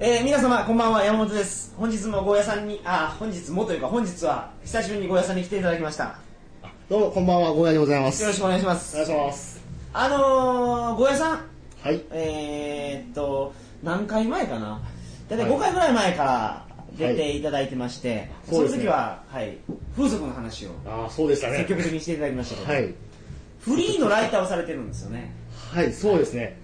えー、皆様こんばんは山本です本日もゴーヤさんにあ本日もというか本日は久しぶりにゴーヤさんに来ていただきましたどうもこんばんはゴーヤでございますよろしくお願いしますお願いしますあのー、ゴーヤさんはいえー、っと何回前かな大体はい5回ぐらい前から出ていただいてまして、そうでそすのね時は、はい、風俗の話をああそうでしたね積極的にしていただきましたけど、はいフリーのライターをされてるんですよねはいそうですね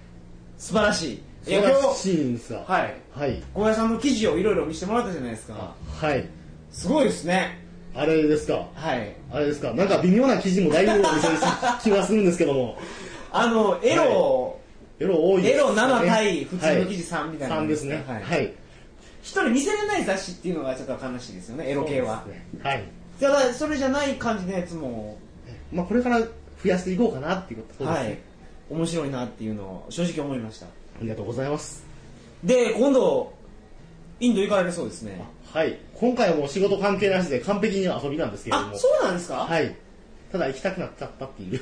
素晴らしいい素や晴今らし日いんですわはいはいゴーヤさんの記事をいろいろ見せてもらったじゃないですかはいすごいですねあれですかはいあれですかなんか微妙な記事もだいぶお見 せした気がするんですけどもあのエロ、エロ多いエロ7対普通の記事3みたいな3ですねははいい、一人見せれない雑誌っていうのがちょっと悲しいですよねエロ系は、そうですねはいただそれじゃない感じのやつも、まあこれから増やしていこうかなっていうことそうですはねい面白いなっていうのを正直思いましたありがとうございますで今度インド行かれるそうですねはい今回はもう仕事関係なしで完璧に遊びなんですけれどあもそうなんですか、はいただ行きたくなっちゃったっていう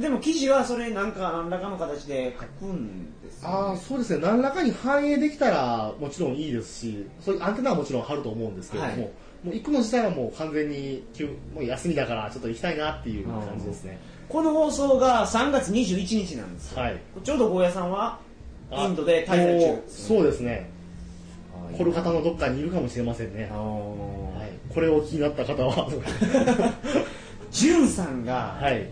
でも記事はそれなんか何らかの形で書くんですよねああそうですね何らかに反映できたらもちろんいいですしそういうアンテナはもちろん張ると思うんですけれども、はいもう行くの自体はもう完全に休もう休みだからちょっと行きたいなっていう感じですねこの放送が3月21日なんですよ、はいちょうどゴーヤさんはあインドで滞在中もうそうですねあーコルカタのどっかにいるかもしれませんねあ、のーはい、これを気になった方は ジュンさんがはい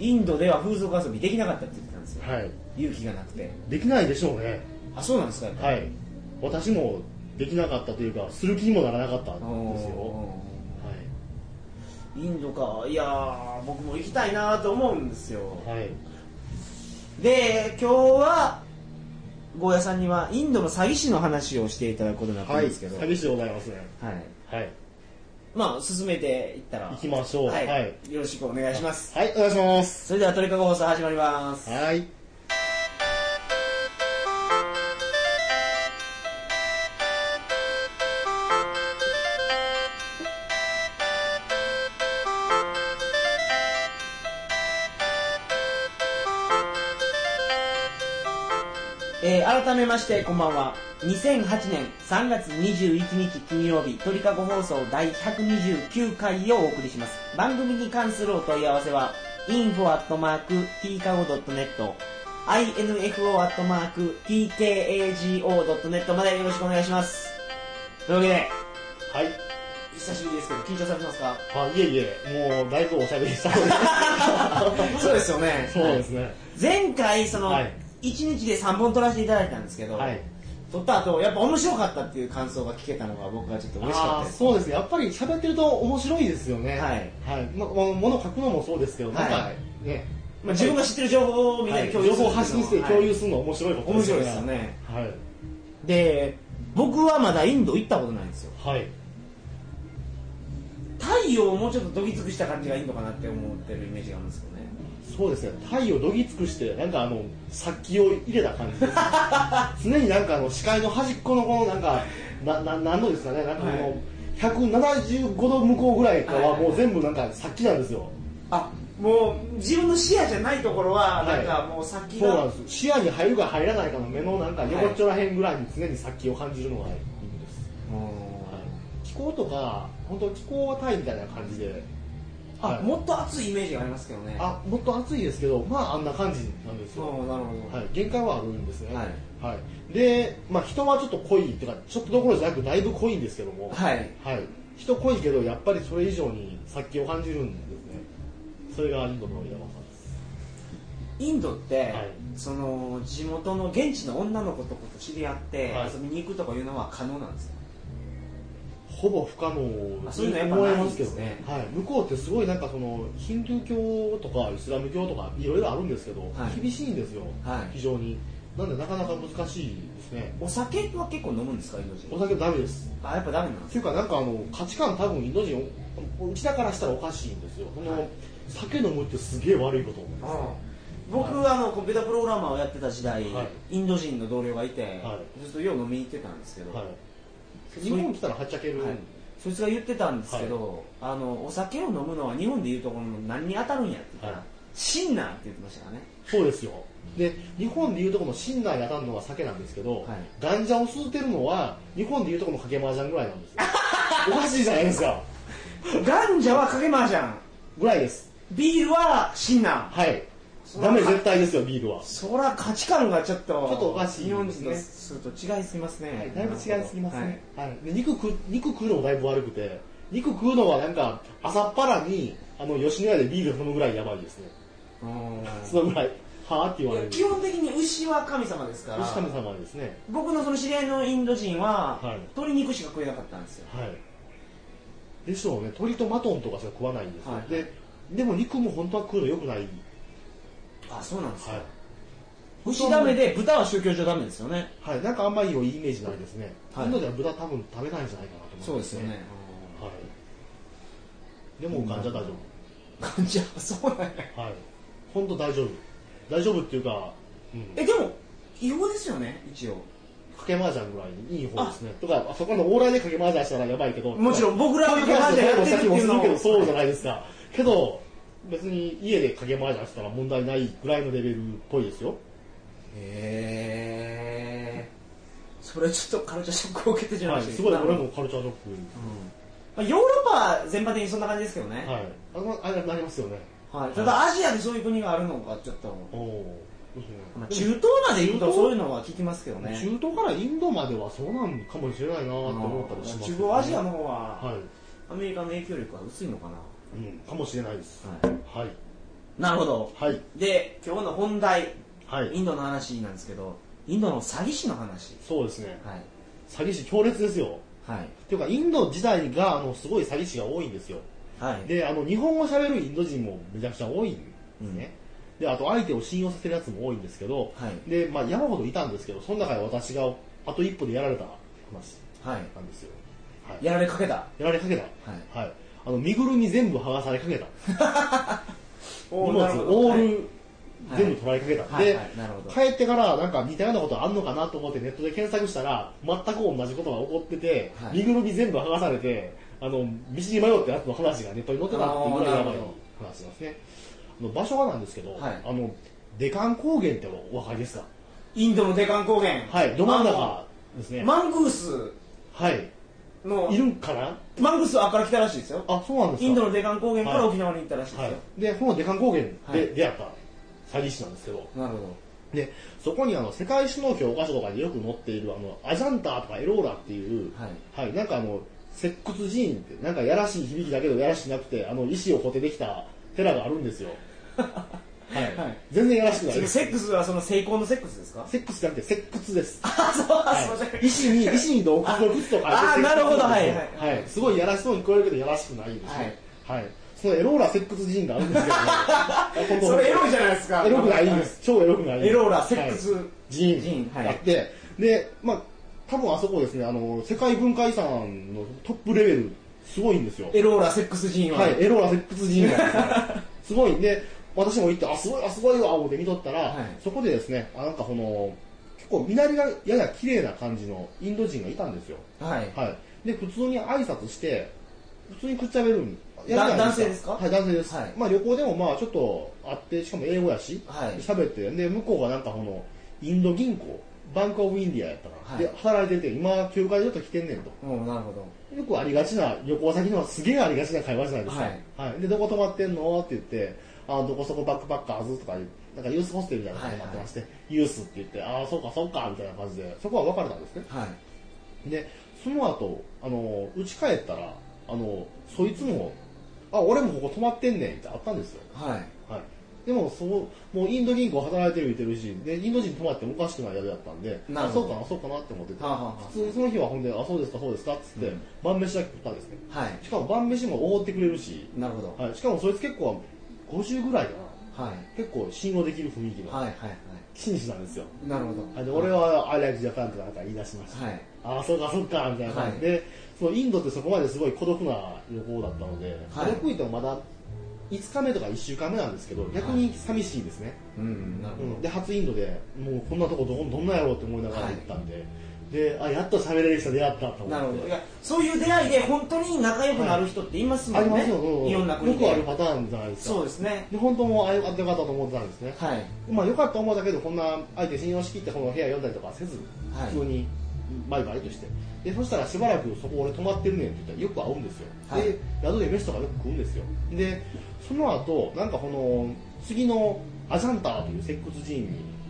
インドでは風俗遊びできなかったって言ってたんですよはい勇気がなくてできないでしょうねあそうなんですかはい私もできなかったというかする気にもならなかったあんのですよ、インドかいやー僕も行きたいなと思うんですよはいはい、で今日はゴーヤさんにはインドの詐欺師の話をしていただくことになってるんですけど、詐欺師でございますねはいはいまあ進めていったら行きましょうはいはいよろしくお願いしますはい、お願いします。それではトリカゴ放送始まりますはい。えー改めましてこんばんは2008年3月21日金曜日鳥かご放送第129回をお送りします番組に関するお問い合わせは info.tkago.net info.tkago.net までよろしくお願いしますというわけではい。久しぶりですけど緊張されてますかあ、いえいえ、もうだいぶおしゃべり したので。そうですよねそうですね。前回その、はい一1日で3本撮らせていただいたんですけど、はい。撮った後やっぱ面白かったっていう感想が聞けたのが僕はちょっと嬉しかったあでーすそうですね。やっぱり喋ってると面白いですよね。はい。はい。ま、ま物を書くのもそうですけど、なんはかね。まあ、自分が知ってる情報をみんなはいで情共有する報を発信して共有するの面白いこと面白いですよ。ねはい。で僕はまだインド行ったことないんですよはい。太陽をもうちょっとどぎつくした感じがインドかなって思ってるイメージがあるんですけどねそうですね。太陽どぎつくして、なんかあの、殺気を入れた感じです。常になんかあの、視界の端っこのこのなんか、な、な、何度ですかね、なんかこはいの、175度向こうぐらいかははいもう全部なんか殺気なんですよ。あもう自分の視野じゃないところははないんかもう先そうが、なんです。視野に入るか入らないかの目のなんか横っちょらへんぐらいに常に殺気を感じるのがいいんです。はい気候とか、本当気候はタイみたいな感じで。あ、はいもっと熱いイメージがありますけどねあ、もっと暑いですけど、まああんな感じなんですそよ。うなるほど、はい、限界はあるんですね、ははいいで、まあ、人はちょっと濃いっていうか、ちょっとどころじゃなく、だいぶ濃いんですけども、いはい人濃いけど、やっぱりそれ以上に殺気を感じるんですね、それがインドの山さんです。インドって、はいその地元の現地の女の子とこと知り合って、はい遊びに行くとかいうのは可能なんですかほぼ不可能あそういうのやっにぱ思ないえんますでけすどねね、はい、向こうってすごいなんかそのヒンドゥー教とかイスラム教とかいろいろあるんですけど、はい厳しいんですよ、はい非常に。なんでなかなか難しいですね。お酒は結構飲むんですかインドお人酒ダメです。あやっぱダメなんですっていうかなんかあの価値観多分インド人うちだからしたらおかしいんですよ、そはいの酒飲むってすげえ悪いこと思います、僕、あのコンピュータープログラマーをやってた時代、はいインド人の同僚がいて、はずっとよう飲みに行ってたんですけど、そはうい、日本来たらはっちゃける、はいそいつが言ってたんですけど、あのお酒を飲むのは日本でいうところの何に当たるんやって言ったら、はいシンナーって言ってましたからねそうですよで日本でいうとこの新内当たるのは酒なんですけど、はいガンジャを吸うてるのは日本でいうとこの掛け麻雀ぐらいなんです よおかしいじゃないですかガンジャはかけまじゃんぐらいですビールはシンナーはいそうダメ絶対ですよビールは、はそら価値観がちょっとちょっとおかしい日本人とすると違いすぎますね、い、だいぶ違いすぎますね、はいで肉食う肉食うのもだいぶ悪くて肉食うのはなんか朝っぱらにあの吉野家でビール飲むぐらいやばいですねはいうんそのぐらいはあって言いわれやる基本的に牛は神様ですから牛神様はですね僕のその知り合いのインド人は、はい鶏肉しか食えなかったんですよはいでしょうね鳥とマトンとかしか食わないんですよ、はいででも肉も本当は食うのよくない、はい、あそうなんですよ、牛ダメで豚は宗教上ダメですよ ねはい、なんかあんまり良いイメージないですね、はいインドでは豚多分食べないんじゃないかなと思うんはい、でも患者大丈感じはそうなんや夫、はい、本当大丈夫大丈夫っていうか、うん、えでも違法ですよね一応かけ麻雀ぐらいにいい方ですねとかあそこの往来でかけ麻雀したらやばいけどもちろん僕らはかかけけ麻麻雀雀ややっっててるるってていっいううののもをするけどそうじゃないですかけど別に家でかけ麻雀したら問題ないぐらいのレベルっぽいですよへえそれちょっとカルチャーショックを受けてしまいはまい、したすごい俺なるほもカルチャーショック、どうんまあ、ヨーロッパ全般的にそんな感じですけどね、はいあのあれなりますよねはいただアジアでそういう国があるのかちょっと、おおまあ、ー中東まで行くとそういうのは聞きますけどね中東からインドまではそうなんかもしれないなーって思ったりします、中央アジアの方は、はい、アメリカの影響力は薄いのかな、うん、かもしれないですはいなるほどはいで今日の本題はい、インドの話なんですけどインドの詐欺師の話そうですねはい詐欺師強烈ですよはいっていうかインド自体があのすごい詐欺師が多いんですよはいであの日本語喋るインド人もめちゃくちゃ多いんですね、であと相手を信用させるやつも多いんですけど、はいでまあ、山ほどいたんですけどその中で私があと一歩でやられた話はいなんですよ、はい、やられかけたやられかけた、いはい、あの身ぐるみ全部剥がされかけた荷物なるほどオはいール、はい全部取られかけた、はいで、はいなるほど帰ってからなんか似たようなことあんのかなと思ってネットで検索したら全く同じことが起こってて、はい身ぐるみ全部剥がされてあの道に迷ってやつの話がネットに載ってたっていうぐらいやばい話なんですねあの場所はなんですけど、はいあのデカン高原ってお分かりですかインドのデカン高原はいど真んあ中ですね、のマングースはいのいるんかなマングースはあっから来たらしいですよあそうなんですかインドのデカン高原かはらい沖縄に行ったらしいですよ、はい、でこのデカン高原はいで出会った詐欺師なんですけど、なるほどでそこにあの世界史の教科書とかによく載っているあのアジャンターとかエローラっていう、はいなんかあの石窟寺院ってなんかやらしい響きだけどやらしくなくてあの石を固定できた寺がある んですよ、はいはい全然やらしくないそれですセックスはその成功のセックスですか石窟じゃなくて石窟ですあそう、そうじゃなはいい、石に石に洞窟の靴とかああーなるほどはいははいい、すごいやらしそうに聞こえるけどやらしくないんですねはい、そのエローラ石窟寺院があるんです けど、本当それエロいじゃないですかエロくないんです、超エロくないエローラ石はい窟寺寺院院はいあって、でまあ多分あそこですねあの世界文化遺産のトップレベルすごいんですよエローラセックス人は、はい、エロラセックス人なんです よすごいんで、私も行って、あ、すごいわ、すごいわ、思って見とったら、はいそこでですね、あなんかこの、結構、身なりがやや綺麗な感じのインド人がいたんですよ。はいはい。で、普通に挨拶して、普通にくっちゃべるんだやるじゃない男性ですかはい、男性です。はいまあ、旅行でも、まあ、ちょっとあって、しかも英語やし、はい喋って、で、向こうがなんかこの、インド銀行、バンクオブインディアやったかな、はいで、働いてて、今、休暇でちょっと来てんねんと。もうなるほどよくありがちな旅行先のすげえありがちな会話じゃないですか、はいでどこ泊まってんのって言ってあどこそこバックパッカーズとかいうなんかユースホステルみたいなことになってまして、ユースって言ってああそうかそうかみたいな感じでそこは別れたんですねはいでその後あの家帰ったらあのそいつもあ俺もここ泊まってんねんってあったんですよはいはい、でもそうもうインド銀行働いてる言ってるしでインド人泊まってもおかしくない宿やったんでなるあほそうどかなそうかなって思ってて、はあはあはあ普通にその日はほんであそうですかそうですかっつって、うん晩飯だけ食ったんですねはいしかも晩飯も覆ってくれるし、なるほどははい、しかもそいつ結構50ぐらいかない結構信用できる雰囲気のはいはいは紳士なんですよ、いなるほはどい、で俺は「I like Japan」とかなんか言い出しました、はいああそうかそうかみたいな感じで、そのインドってそこまですごい孤独な旅行だったので、はい孤独いってもまだ5日目とか1週間目なんですけど逆に寂しいですね、うんなるうんで初インドでもうこんなとこどこどんなやろうって思いながら行ったんで、であやっと喋れる人出会ったと思ってなるほどいやそういう出会いで本当に仲良くなる人っていますもありんまね、すよ、うんいろんな国よくあるでパターンじゃないですかそうですねで本当もうあよかったよかったと思ってたんですね、はいまあよかったと思うだけどこんな相手信用しきってこの部屋読んだりとかせず、はい普通にバイバイとしてでそしたらしばらくそこ俺泊まってるねんって言ったらよく会うんですよ、はいで宿で飯とかよく食うんですよでその後なんかこの次のアジャンターという石窟寺院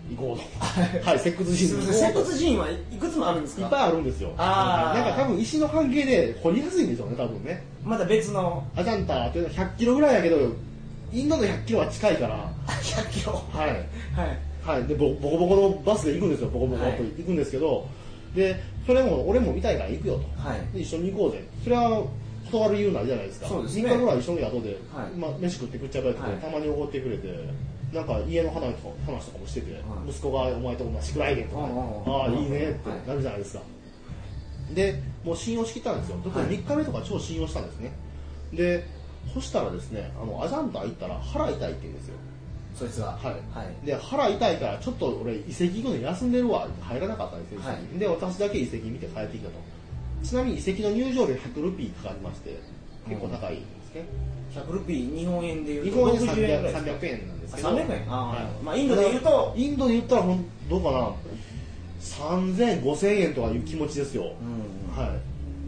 に行こうとはい石窟寺石院に行こう窟寺院はいくつもあるんですといっかぱいあるんですよあーなんか多分石の関係で掘りやすいんでしょうね多分ねまた別のアジャンターっていうのは100キロぐらいやけどインドの100キロは近いからは100キロいはいはい、でボボコボコのバスで行くんですよ、ボコボコはいと行くんですけど、でそれも俺も見たいから行くよと、はいで一緒に行こうぜ、それは断る理由ないじゃないですか、そうですね3日ぐらい一緒に宿で、はいまあ、飯食ってくっちゃべって、はいたまに怒ってくれて、なんか家の話とか話とかもしてて、い息子がお前と同じくらいでとか、うんああ、うんうんいいねってはいなるじゃないですか。でもう信用しきったんですよ、特に3日目とか超信用したんですね、でそしたらですねあのアジャンタ行ったら腹痛いって言うんですよ。そいつははいはいで腹痛いからちょっと俺遺跡行くの休んでるわって入らなかったんですよ、はいで私だけ遺跡見て帰ってきたとちなみに遺跡の入場料100ルピーかかりまして結構高いんですね、 100ルピー日本円でいう日と本円で60 300円ぐ円らいですか円なんですけどあ300円あーまあインドだからで言うとインドで言ったらほんどうかな30005000円とかいう気持ちですよ、うんはい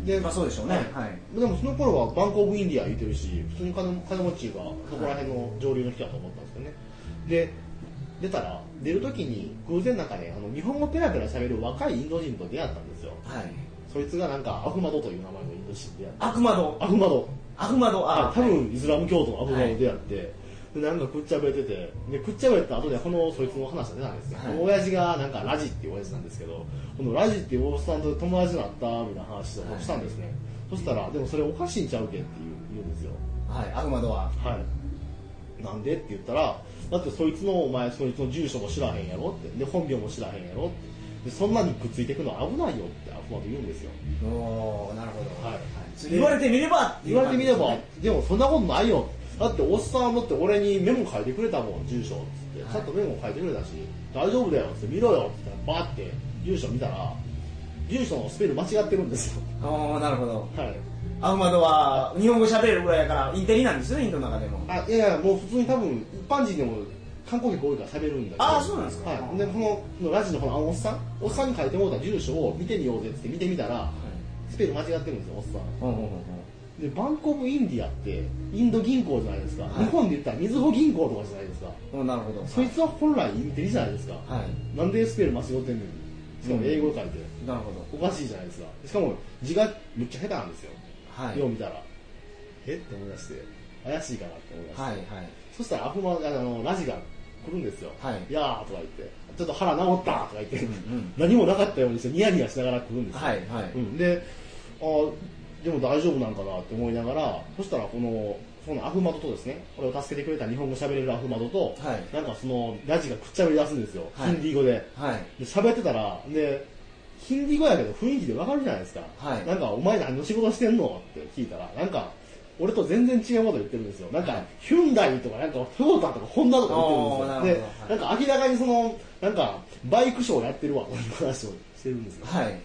でまあそうでしょうねはいはいでもその頃はバンクオブインディア言ってるし普通に金金持ちがそこら辺の上流の人だと思ったんですけどねで出たら出る時に偶然なんかねあの日本語ペラペラ喋る若いインド人と出会ったんですよはいそいつがなんかアフマドという名前のインド人と出会って悪魔道アフマド悪魔道ああ多分イスラム教徒のアフガンと出会って、でなんかくっちゃべっててでくっちゃべった後でこのそいつの話が出たんですよ、はい親父がなんかラジっていう親父なんですけどこのラジっていうおっさんと友達になったみたいな話をしたんですね、そしたらでもそれおかしいんちゃうけって言う言うんですよはい悪魔道ははいなんでって言ったらだってそいつのお前そいつの住所も知らへんやろってで本名も知らへんやろってでそんなにくっついてくの危ないよってアフマド言うんですよおおなるほどはいそれ言われてみれば言われてみれば、でもそんなことないよ。だっておっさんだって俺にメモ書いてくれたもん、住所っつって、はいちゃんとメモ書いてくれたし、大丈夫だよっつって見ろよっつって、バーって住所見たら、住所のスペル間違ってるんですよ。おおなるほどはい。悪魔道は日本語喋れるぐらいやからインテリなんですよねインドの中でもあ、いやいや、もう普通に多分、一般人でも観光客多いから喋るんだけど。あーそうなんですかはい。で、この、このラジのこのあのおっさん、おっさんに書いてもらった住所を見てみようぜっつって見てみたら、スペル間違ってるんですよ、おっさん。うんうんうんうんでバンコブインディアってインド銀行じゃないですか、はい日本で言ったらみずほ銀行とかじゃないですかおーなるほどそいつは本来インテリじゃないですか、はいなんでスペル間違ってんのにしかも英語書いて、なるほどおかしいじゃないですかしかも字がむっちゃ下手なんですよ、はいよう見たらえって思い出して怪しいかなって思い出して、はいはいそしたらアフマあのラジが来るんですよ、はいやーとか言ってちょっと腹治ったとか言っんて、うん何もなかったようにしてニヤニヤしながら来るんですよ、はいはいうん、であーでも大丈夫なんかなって思いながらそしたらこのそのアフマドとですね俺を助けてくれた日本語喋れるアフマドと、はいなんかそのラジがくっちゃべり出すんですよ、はいヒンディー語ではいで喋ってたらでヒンディー語やけど雰囲気でわかるじゃないですか、はいなんかお前何の仕事してんのって聞いたらなんか俺と全然違うこと言ってるんですよなんか、はいヒュンダイとかなんかトヨタとかホンダとか言ってるんですよおーなでるほどなんか明らかにそのなんかバイクショーやってるわという話をしてるんですよはい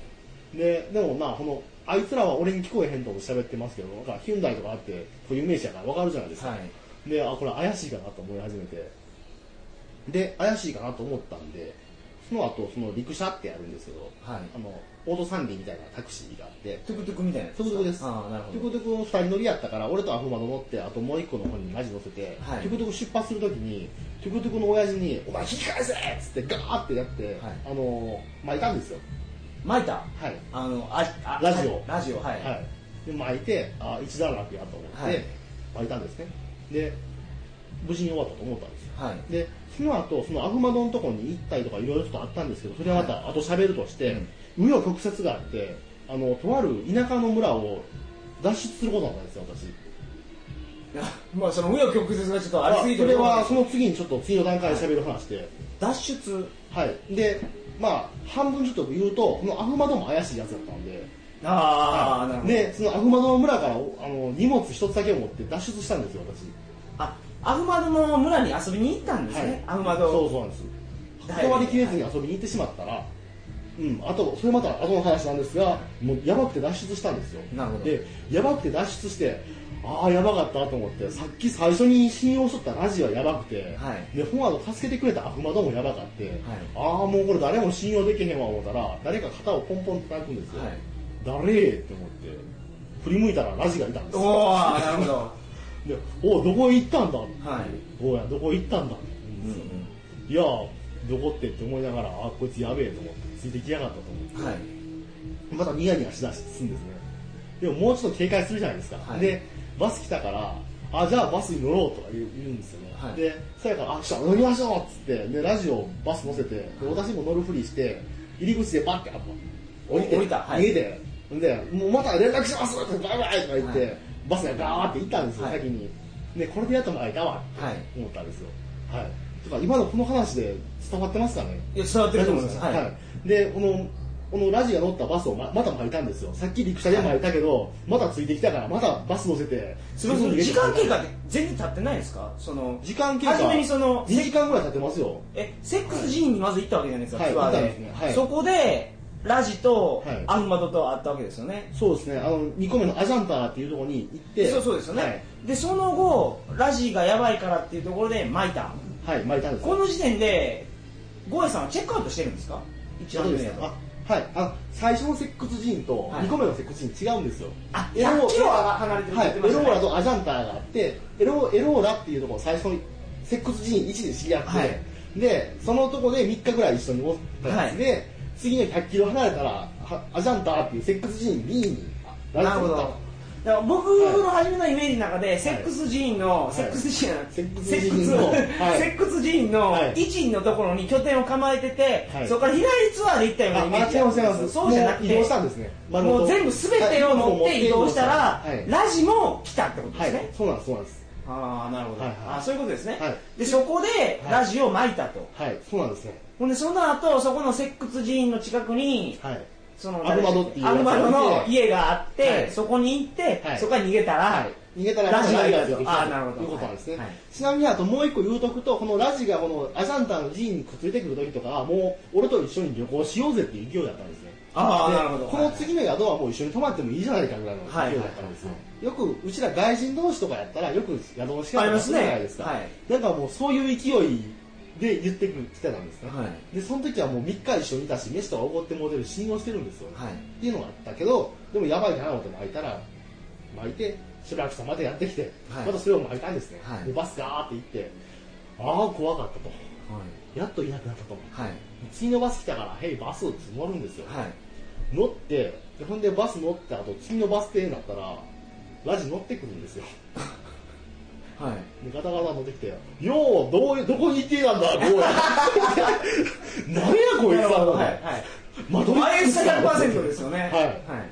ででもまあこのあいつらは俺に聞こえへんと喋ってますけどなんかヒュンダイとかあってこう有名詞やから分かるじゃないですか、はいであこれ怪しいかなと思い始めてで怪しいかなと思ったんでその後その陸車ってやるんですけど、はいあのオートサンデーみたいなタクシーがあってトゥクトゥクみたいなやつトゥクトゥクですああなるほトどゥクトゥクの2人乗りやったから俺とアフマド乗ってあともう一個の方にラジ乗せて、はいトゥクトゥク出発するときにトゥクトゥクの親父に「お前引き返せ!」っつってガーってやって、あのまあいたんですよ巻いたはいあのああラジオラジオはいはい、で巻いてあ一段落やと思って、はい巻いたんですねで無事に終わったと思ったんですよはいでその後そのアフマドのところに行ったりとかいろいろとあったんですけどそれはまた後喋るとして紆余、曲折があってあのとある田舎の村を脱出することになったんですよ私いやまあその紆余曲折がちょっとありすぎてそれはその次にちょっと次の段階で喋る話で、脱出はいでまあ半分ちょっと言うとこのアフマドも怪しいやつだったんでああなるほどでそのアフマドの村からおあの荷物一つだけを持って脱出したんですよ私あアフマドの村に遊びに行ったんですね、アフマドそうそうなんですはい断り切れずに遊びに行ってしまったら、うん、あとそれまた後の話なんですがもうやばくて脱出したんですよなるほどでやばくて脱出してああやばかったと思ってさっき最初に信用しとったラジはやばくて、はいで本の助けてくれた悪魔どもやばかって、ああもうこれ誰も信用できへんわ思ったら誰か肩をポンポン叩くんですよ、はい誰って思って振り向いたらラジがいたんですよおおなるほどでおおどこへ行ったんだ、はいどうやどこへ行ったんだって うんいやどこってって思いながらあこいつやべえと思ってついてきやがったと思ってうんはいまたニヤニヤしだすんですねでももうちょっと警戒するじゃないですか、はいでバス来たからあじゃあバスに乗ろうとか言う言うんですよね、はいでさやから「あじゃあ乗りましょう」っつってでラジオバス乗せてで私も乗るふりして入り口でバッてあ降りて降りたはい逃げてで「もうまた連絡します」ってバイバイとか言って、はいバスがガーって行ったんですよ、はい先にでこれでやったらいたわはいって思ったんですよはいとか今のこの話で伝わってますかねいや伝わってると思いますは、はいいでこのこのラジが乗ったバスをままた巻いたんですよさっき陸車で巻いたけど、またついてきたからまたバス乗せてそれこそ時間経経過過って全然経ってないですかその時間経過初めにその2時間ぐらい経ってますよえセックス寺院にまず行ったわけじゃないですか、はいツアー行っでたんですねはいそこでラジとはいアルマドと会ったわけですよね、そうですねあの2個目のアジャンターっていうところに行ってそうそうですよね、はいでその後ラジがやばいからっていうところで巻いたはい、巻いたんですこの時点でゴエさんはチェックアウトしてるんですか一あ番と目ですねだとあはいあ最初の石窟寺院とはい2個目の石窟寺院違うんですよ、あエロ100キロは離れてるってはい、言っエてロましたねーラとアジャンターがあってエロエローラっていうところ最初の石窟寺院1で知り合って、はいでそのとこで3日ぐらい一緒におったやつで、次の100キロ離れたらはアジャンターっていう石窟寺院 B にあなるほどラジオにだから僕の初めのイメージの中で、セックス寺院の、いセックス寺院じゃなくてセックスセックス寺院のはいセックス寺院のはい一院のところに拠点を構えてて、はいそこから日帰りツアーで行ったようなあイあメージ違います違いますそうじゃなくもう移動てしたんですね丸ごもとう全部すべてを持って移動したら、はいラジも来たってことではすいね、そうなんですそうなんですああなるほど、はいはいあそういうことですね、はいでそこではいラジを巻いたと、はいそうなんですねほんでその後そこの石窟寺院の近くにはいそのアルマドっていうアルマドの家があって、はいそこに行って、はいそこから逃げたら、はい、逃げたらラジがいたラジがあーなるほどということなんですね、はいはいちなみにあともう一個言うとくとこのラジがこのアジャンタの寺院にくっついてくる時とかはもう俺と一緒に旅行しようぜっていう勢いだったんですねああでなるほどこの次の宿はもう一緒に泊まってもいいじゃないかぐらいの勢いだったんですよ、よくうちら外人同士とかやったらよく宿の仕方ありますするねじゃないですかはいなんかもうそういう勢いで言ってくる来てたんですね、はでその時はもう3日一緒にいたし飯とかおごってもうてる信用してるんですよ、はいっていうのがあったけどでもやばいかなと思って巻いたら巻いてしばらくしてまたやってきて、はいまたそれを巻いたんですね、はいでバスガーって行ってああ怖かったとやっといなくなったとはいはい次のバス来たから「ヘイバス」って乗るんですよ、はい乗ってでほんでバス乗った後次のバス停になったらラジ乗ってくるんですよはいでガタガタ乗ってきて「ようどうどこに行ってたんだ どうや」 何やこいつは、はいはいマトリックスだ100%ですよねはい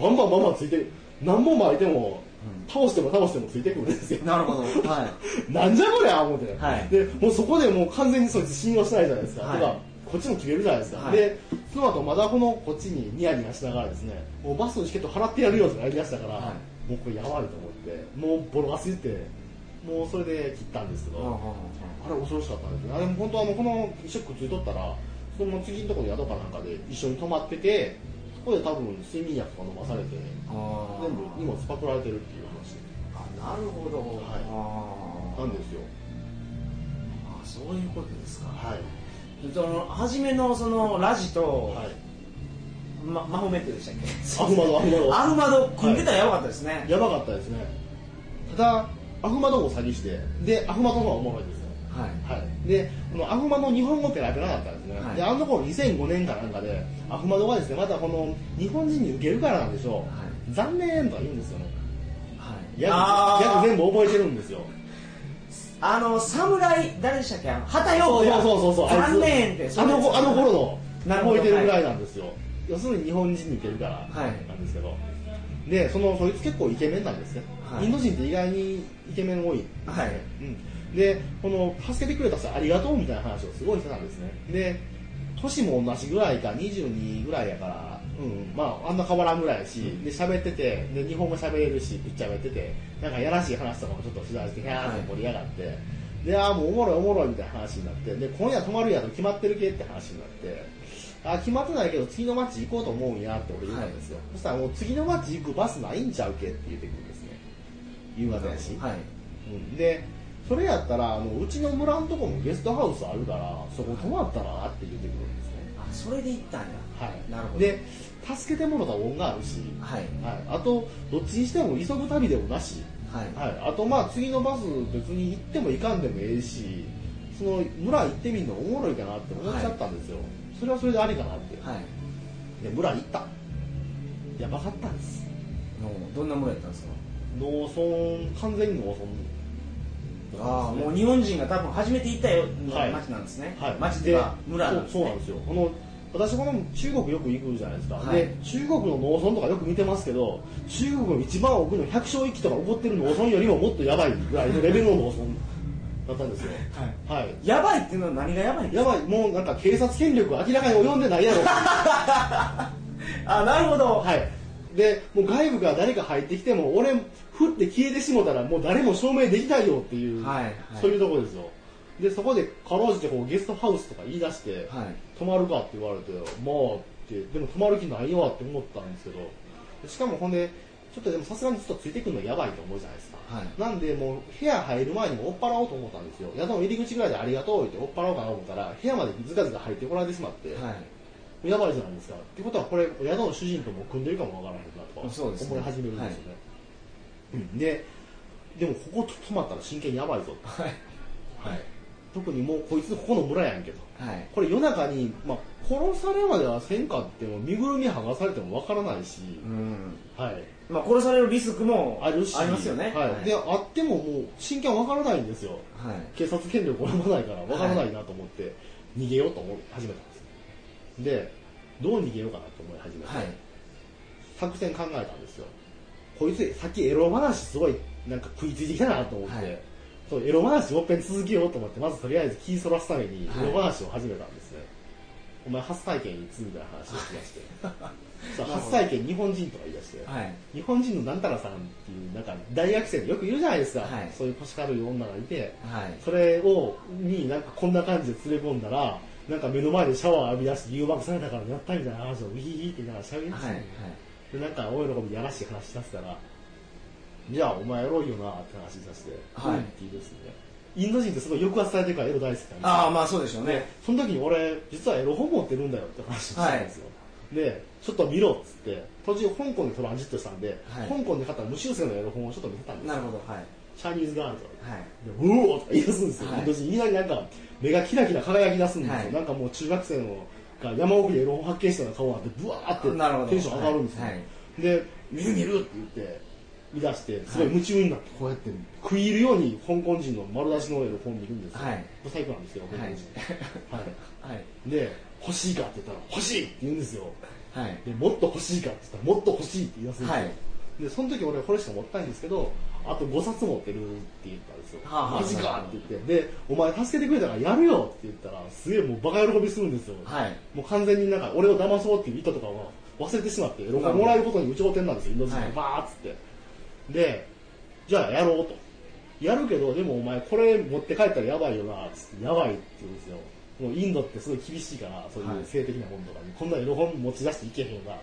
バンバンバンバンついて何本巻いても倒しても倒してもついてくるんですよなるほどはいなんじゃこりゃ思って、はいでもうそこでもう完全にそいつ信用してないじゃないですか、はいてかこっちも切れるじゃないですか、はいでその後まだこのこっちにニヤニヤしながらですねもうバスのチケット払ってやるよってなりだしたから、はもうこれやばいと思ってもうボロがすいてもうそれで切ったんですけど、あれ恐ろしかったんですねあれも本当はもうこの一緒くっついとったらその次のところの宿かなんかで一緒に泊まっててそこで多分睡眠薬とか飲まされてあ全部荷物パクられてるっていう話あなるほど、はいあなんですよあそういうことですかはいその初めのそのラジと、はいま、マホメットでしたっけ悪魔の悪魔のアルマド組んでたらやばかったですね、やばかったですねただ悪魔どもを詐欺してで悪魔どもはおもろいですねはいはい、でこのアフマの日本語ペラペラだったんですね、はいであの頃2005年かなんかでアフマドがですねまたこの日本人に受けるからなんでしょう、は残念とか言うんですよねはいギあャグギャーグ全部覚えてるんですよあの侍誰でしたっけあの畑陽子そうやそうそうそうあいつ残念ってあの子あの頃のなるほど覚えてるぐらいなんですよ、要するに日本人に受けるからはいなんですけど、でそのそいつ結構イケメンなんですね、はいインド人って意外にイケメン多いはいうん、でこの助けてくれた人ありがとうみたいな話をすごいしてたんですねで年も同じぐらいか22ぐらいやから、うん、まああんな変わらんぐらいやし、で喋っててで日本語喋れるしピッチャーもやっててなんかやらしい話とかもちょっと取材してひゃーって盛り上がって、でああもうおもろいおもろいみたいな話になってで今夜泊まるやと決まってるけって話になってあ決まってないけど次の街行こうと思うんやって俺言ったんですよ、そしたらもう次の街行くバスないんちゃうけって言ってくるんですね夕方やし、はい。うん、でそれやったらあのうちの村のとこもゲストハウスあるからそこ泊まったらって言ってくるんですねあ、それで行ったんや。はいなるほどで助けてもらった恩があるし、はい。はい、あとどっちにしても急ぐ旅でもなし、はい。はい、あとまあ次のバス別に行っても行かんでもええしその村行ってみるのおもろいかなって思っちゃったんですよ、それはそれでありかなって、はい。で村行ったやばかったんですのどんなものやったんですか農村完全に農村ああ、もうに日本人が多分初めて行ったよ、はい町なんですね。はい、町っていうかで村なんですそうそうなんね。ですよこの私この中国よく行くじゃないですか、はいで中国の農村とかよく見てますけど中国の一番奥の百姓域とか起こってる農村よりももっとやばいぐらいのレベルの農村だったんですよはい。はいやばいっていうのは何がやばいんですやばいもうなんか警察権力が明らかに及んでないやろかあ、なるほど。 はいでもう外部から誰か入ってきても俺降って消えてしもたらもう誰も証明できないよっていう、はいはいそういうところですよでそこでかろうじてこうゲストハウスとか言い出して、はい。泊まるかって言われて、まあって、でも泊まる気ないわって思ったんですけど、しかもほんで、ちょっとでもさすがにちょっとついてくるのやばいと思うじゃないですか。はい。なんで、もう部屋入る前にも追っ払おうと思ったんですよ。宿の入り口ぐらいでありがとうって追っ払おうかなと思ったら、部屋までずかずか入ってこられてしまって、はい。やばいじゃないですか。ってことは、これ、宿の主人とも組んでるかもわからへんなとか、そうですね思い始めるんですよね。うん、で、でもここ泊まったら真剣にやばいぞと。はい。はい、特にもうこいつここの村やんけと。はい。これ夜中に、まあ、殺されまではせんかっても身ぐるみ剥がされてもわからないし、うん。はい、まあ、殺されるリスクもあるしりますよね。はいであってももう真剣わからないんですよはい。警察権力及ばないからわからないなと思って、逃げようと思い始めたんですでどう逃げようかなと思い始めて、はい。作戦考えたんですよこいつさっきエロ話すごいなんか食いついてきたなと思って、はいそうエロ話をもっぺん続けようと思ってまずとりあえず気そらすためにはいエロ話を始めたんですね、お前初体験いつみたいな話をしまして そう初体験日本人とか言い出して、はい。日本人のなんたらさんっていうなんか大学生でよくいるじゃないですか、はいそういう腰軽い女がいてはい。それをになんかこんな感じで連れ込んだらなんか目の前でシャワー浴び出して誘惑されたからやったみたいな話をウィヒヒって言いながらしゃべりましたはい。はい。でなんか俺のことやらしい話しだしたら「じゃあお前エロいよな」って話しだして「はいうんって言いですねインド人ってすごい抑圧されてるからエロ大好きなんですよああ、まあそうでしょうね。その時に俺実はエロ本持ってるんだよって話をしたんですよ、でちょっと見ろっつって途中香港でトランジットしたんで、はい香港で買った無修正のエロ本をちょっと見てたんですなよるほど。はい。チャイニーズガールズはい。でうおーとか言い出すんですよ、はいインド人いきなりなんか目がキラキラ輝き出すんですよ、はいなんかもう中学生のが山奥でエロ本発見したような顔があってブワーってなるほど。テンション上がるんですよ、はい。はいで見る見るって言って見出してすごい夢中になってこうやって食い入るように香港人の丸出しの絵の本見るんですよ、はい不細工なんですけど香港人、はいはい。で欲しいかって言ったら欲しいって言うんですよはい。でもっと欲しいかって言ったらもっと欲しいって言い出すんですよ、はいでその時俺これしか持ってないんですけどあと5冊持ってるって言ったんですよはあはあマジかって言ってでお前助けてくれたからやるよって言ったらすげえもうバカ喜びするんですよ、はい。もう完全になんか俺を騙そうっていう意図とかは忘れてしまって、ロカもらえることに有頂天なんですよ、インド人はいがバーっつって。で、じゃあやろうと。やるけど、でもお前これ持って帰ったらやばいよな、つって、やばいって言うんですよ。もうインドってすごい厳しいから、そうはいいう性的なものとかに、こんなエロ本持ち出していけへんよな、つって、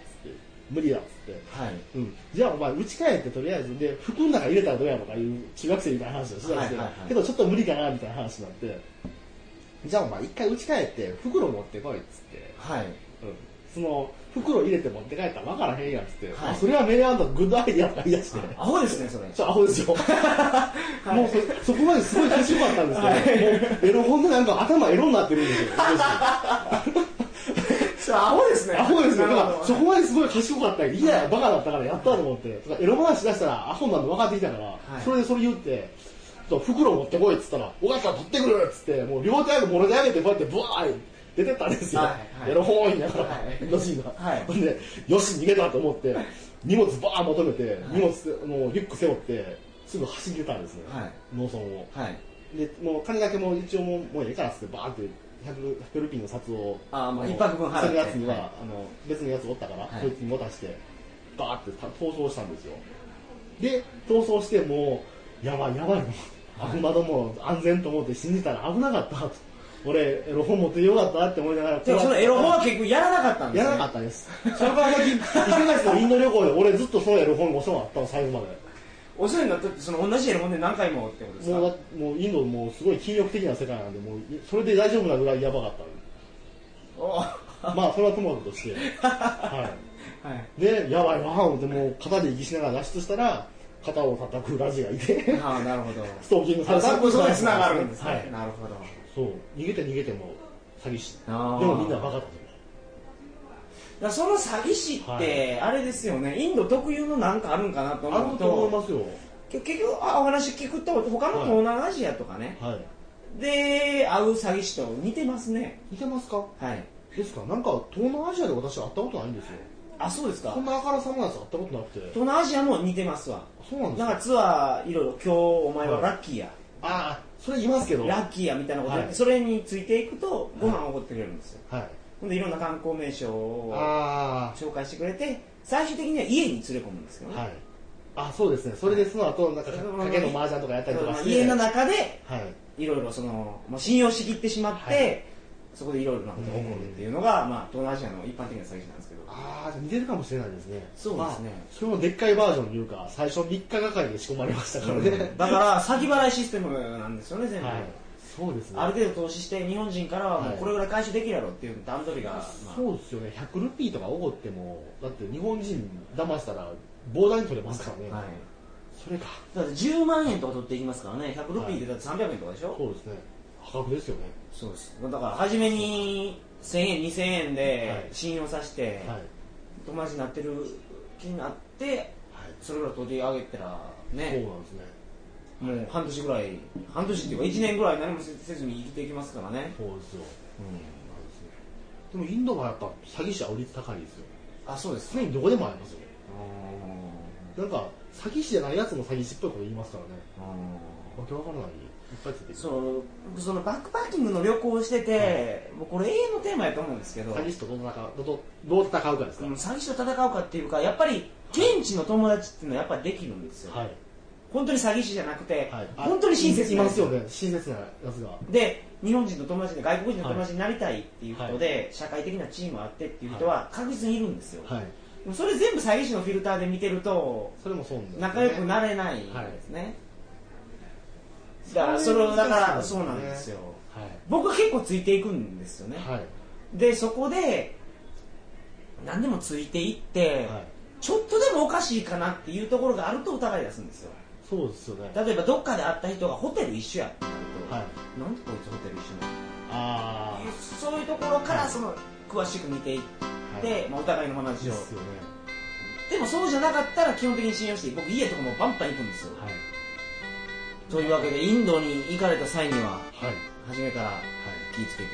無理だ、つって。はい。うん、じゃあお前うち帰ってとりあえずで服の中入れたらどうやろうかいう中学生みたいな話をしたりして、はいはいはいけどちょっと無理かなみたいな話になってじゃあお前一回うち帰って袋持ってこいっつって、はい。うん、その袋入れて持って帰ったら分からへんやんっつって、はいあそれはメリアンドグッドアイディアとか言い出して、アホですね、それ。 ちょっとアホですよ、もうそそこまですごい調子よかったんですけど、もうエロ本でなんか頭エロになってる んですよそう、アホですね。アホですよ。だなかるら、ほそどこまですごい賢かったけど、いや、バカだったからやったと思って、とかエロ話出したらアホなんで分かってきたから、いそれでそれ言って、ちょっと袋持ってこいっつったら、おかしか取ってくるっつって、もう両手上げ、もろ手上げて、こうやって、ブワーい出てったんですよ。はいはいエロ本言いながら、はいインド人が。はいほんで、よし、逃げたと思って、荷物バーンまとめて、荷物、もうリュック背負って、すぐ走り出たんですね、はい農村を。はい。で、もう金だけもう一応もう、もうええからっつって、バーンって100、100ルピーの札を、あーまあ一泊分払ってそのやつには、はいあの別のやつおったから、はいそいつに渡して、バーってた逃走したんですよ。で、逃走して、もう、やばいやばい、悪魔ども安全と思って信じたら危なかったと。俺、エロ本持ってよかったなって思いながら、でもそのエロ本は結局やらなかったんですやねらなかったです。その代わり1ヶ月のインド旅行で、俺ずっとそのエロ本5書あったの、最後まで。お世話になったってその同じエロ本で何回もってことですかもうだ、もうインドもうすごい禁欲的な世界なんで、もう、それで大丈夫なぐらいやばかったおはのまあ、それはともかく として。はいい。で、やばいわー思って、もう肩で息しながら脱出したら、肩を叩くラジがいて、 ああなるほどストーキングされたそこそこに繋がるんですね、はい。なるほどそう。逃げて逃げても詐欺師。であーもみんなバカだだとからその詐欺師っはていあれですよねインド特有のなんかあるんかなと思う。あ思るうと思いとますよ。け結局あお話聞くと他の東南アジアとかね、はい。で会う詐欺師と似てますね似てますかはいですかなんか東南アジアで私会ったことないんですよ。あそうですかこんなあからさまなやつ会ったことなくて。東南アジアも似てますわそうなんですなんかかツアーいろいろ今日お前ははいラッキーや、ああ、それ言いますけど。ラはい。ッキーやみたいなことやって、はいそれについていくとご飯をおごってくれるんですよ、ほんでいろんな観光名所をあ紹介してくれて最終的には家に連れ込むんですけどあ、ね、はい。あ、そうですね。それでその後、なんか、賭けの麻雀とかやったりとかして。家の中ではい。いろいろそのもう信用しきってしまって、はいそこでいろいろなことが起こるっていうのが、まあ、東南アジアの一般的な詐欺師なんですけどああ似てるかもしれないですねそうですねまあそれもでっかいバージョンというか最初3日がかりで仕込まれましたからね、だから先払いシステムなんですよね全部、はいそうですねある程度投資して日本人からはもはういこれぐらい回収できるやろっていう段取りが、まあ、そうですよね100ルピーとかおごってもだって日本人騙したら膨大に取れますからね、はい、それかだって10万円とか取っていきますからね100ルピーでだって300円とかでしょ、そうですね破格ですよねそうですだから初めに1000円2000円はいで信用させて、はい、はい、友達になってる気になってそれぐらい取り上げたらそうねなんですねもう半年ぐらい半年っていうか1年ぐらい何もせせずに生きていきますからね、そうん、うですよなんですねでもインドはやっぱ詐欺師は売率高いですよあそうです常にどこでもありますよなんか詐欺師じゃないやつも詐欺師っぽいこと言いますからねあーあーわけわからないいっぱいついてるそう僕そのバックパッキングの旅行をしてて、もうこれ永遠のテーマやと思うんですけど、詐欺師とどう戦うどどう戦うかですうか、ん詐欺師と戦うかっていうかやっぱり現地の友達っていうのはやっぱりできるんですよ、はい、本当に詐欺師じゃなくて、はい、本当に親切いなんまですよね親切なやつがで日本人の友達で外国人の友達になりたいっていうことで、社会的な地位もあってっていう人は確実にいるんですよ、はいでもそれ全部詐欺師のフィルターで見てるとそれもそうなんです、ね、仲良くなれないんですね、だからそれをだからそうなんですよはい僕は結構ついていくんですよね、はいでそこで何でもついていって、はいちょっとでもおかしいかなっていうところがあると疑い出すんですよそうですよね例えばどっかで会った人がホテル一緒やってなると、はいなんでこいつホテル一緒なのあそういうところからその詳しく見ていっあて、まあ、お互いの話でをすよねでもそうじゃなかったら基本的に信用して僕家とかもバンバン行くんですよ、はいというわけでインドに行かれた際にははいはい初めから気ぃつけて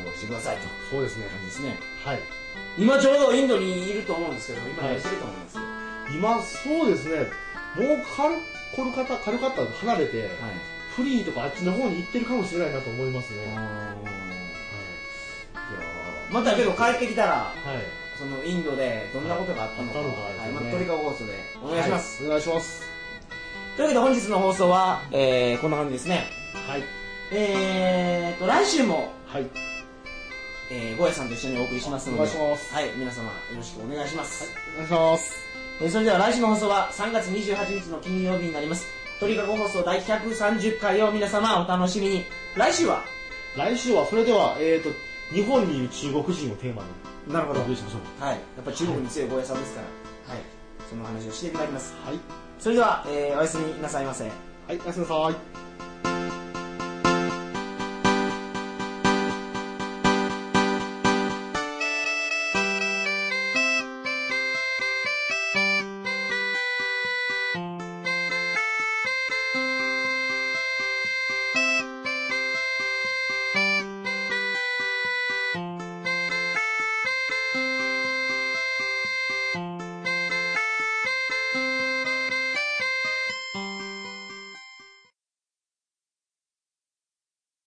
旅行をしてくださいというそうですね感じですねはい今ちょうどインドにいると思うんですけど今はい何してると思います、はい今そうですねもうカルコルカタカルカタ離れて、フリーとかあっちの方に行ってるかもしれないなと思いますね、またけど帰ってきたらはいはいそのインドでどんなことがあったのか、はいはいまたトリカゴ放送でお願いします、はいお願いしますというわけで本日の放送は、えーこんな感じですねはいえーと来週も、はいえー、ゴヤさんと一緒にお送りしますのでお願いしますはい、皆様よろしくお願いします、お願いしますえーそれでは来週の放送は3月28日の金曜日になります鳥かご放送第130回を皆様お楽しみに来週は来週はそれでは、えー、と日本にいる中国人をテーマになるお送りしましょうはいやっぱ中国に強いゴヤさんですからはいその話をしていただきますはいそれでは、えーおやすみなさいませはいおやすみなさい